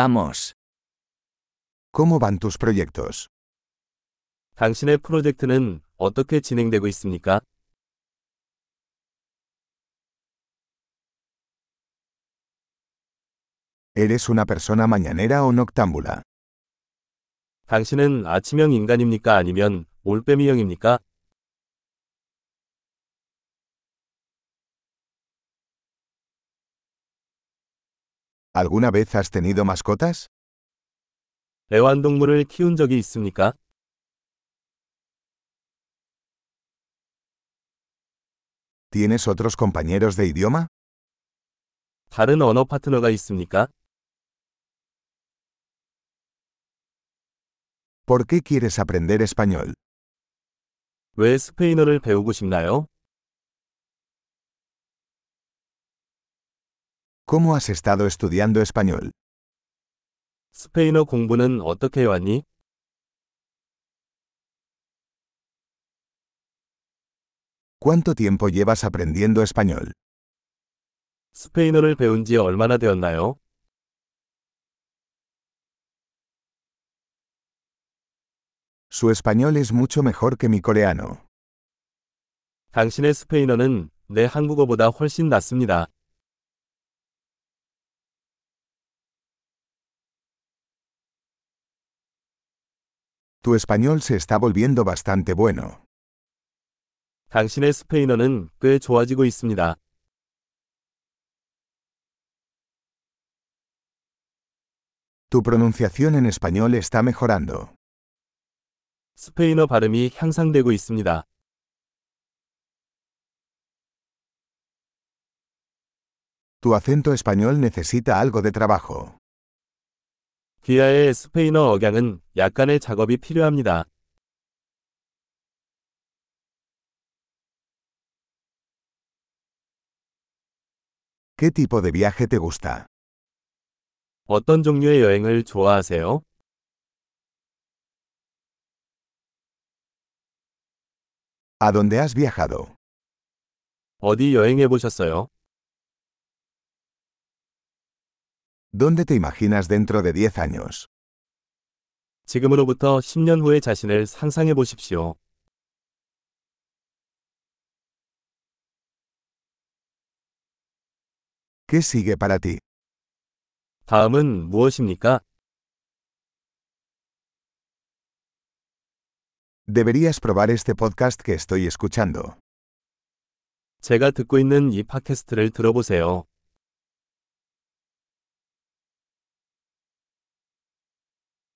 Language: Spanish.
Vamos. ¿Cómo van tus proyectos? 당신의 프로젝트는 어떻게 진행되고 있습니까? ¿Eres una persona mañanera o noctámbula? 당신은 아침형 인간입니까? 아니면 올빼미형입니까? ¿Alguna vez has tenido mascotas? 애완동물을 키운 적이 있습니까? ¿Tienes otros compañeros de idioma? 다른 언어 파트너가 있습니까? ¿Por qué quieres aprender español? 왜 스페인어를 배우고 싶나요? ¿Cómo has estado estudiando español? 스페인어 공부는 어떻게 해왔니? ¿Cuánto tiempo llevas aprendiendo español? 스페인어를 배운 지 얼마나 되었나요? Su español es mucho mejor que mi coreano. 당신의 스페인어는 내 한국어보다 훨씬 낫습니다. Tu español se está volviendo bastante bueno. 당신의 스페인어는 꽤 좋아지고 있습니다. Tu pronunciación en español está mejorando. 스페인어 발음이 향상되고 있습니다. Tu acento español necesita algo de trabajo. 귀하의 스페인어 억양은 약간의 작업이 필요합니다. ¿Qué tipo de viaje te gusta? 어떤 종류의 여행을 좋아하세요? ¿A dónde has viajado? 어디 여행해 보셨어요? ¿Dónde te imaginas dentro de 10 años? 지금으로부터 10년 후의 자신을 상상해 보십시오. ¿Qué sigue para ti? 다음은 무엇입니까? Deberías probar este podcast que estoy escuchando. 제가 듣고 있는 이 팟캐스트를 들어보세요.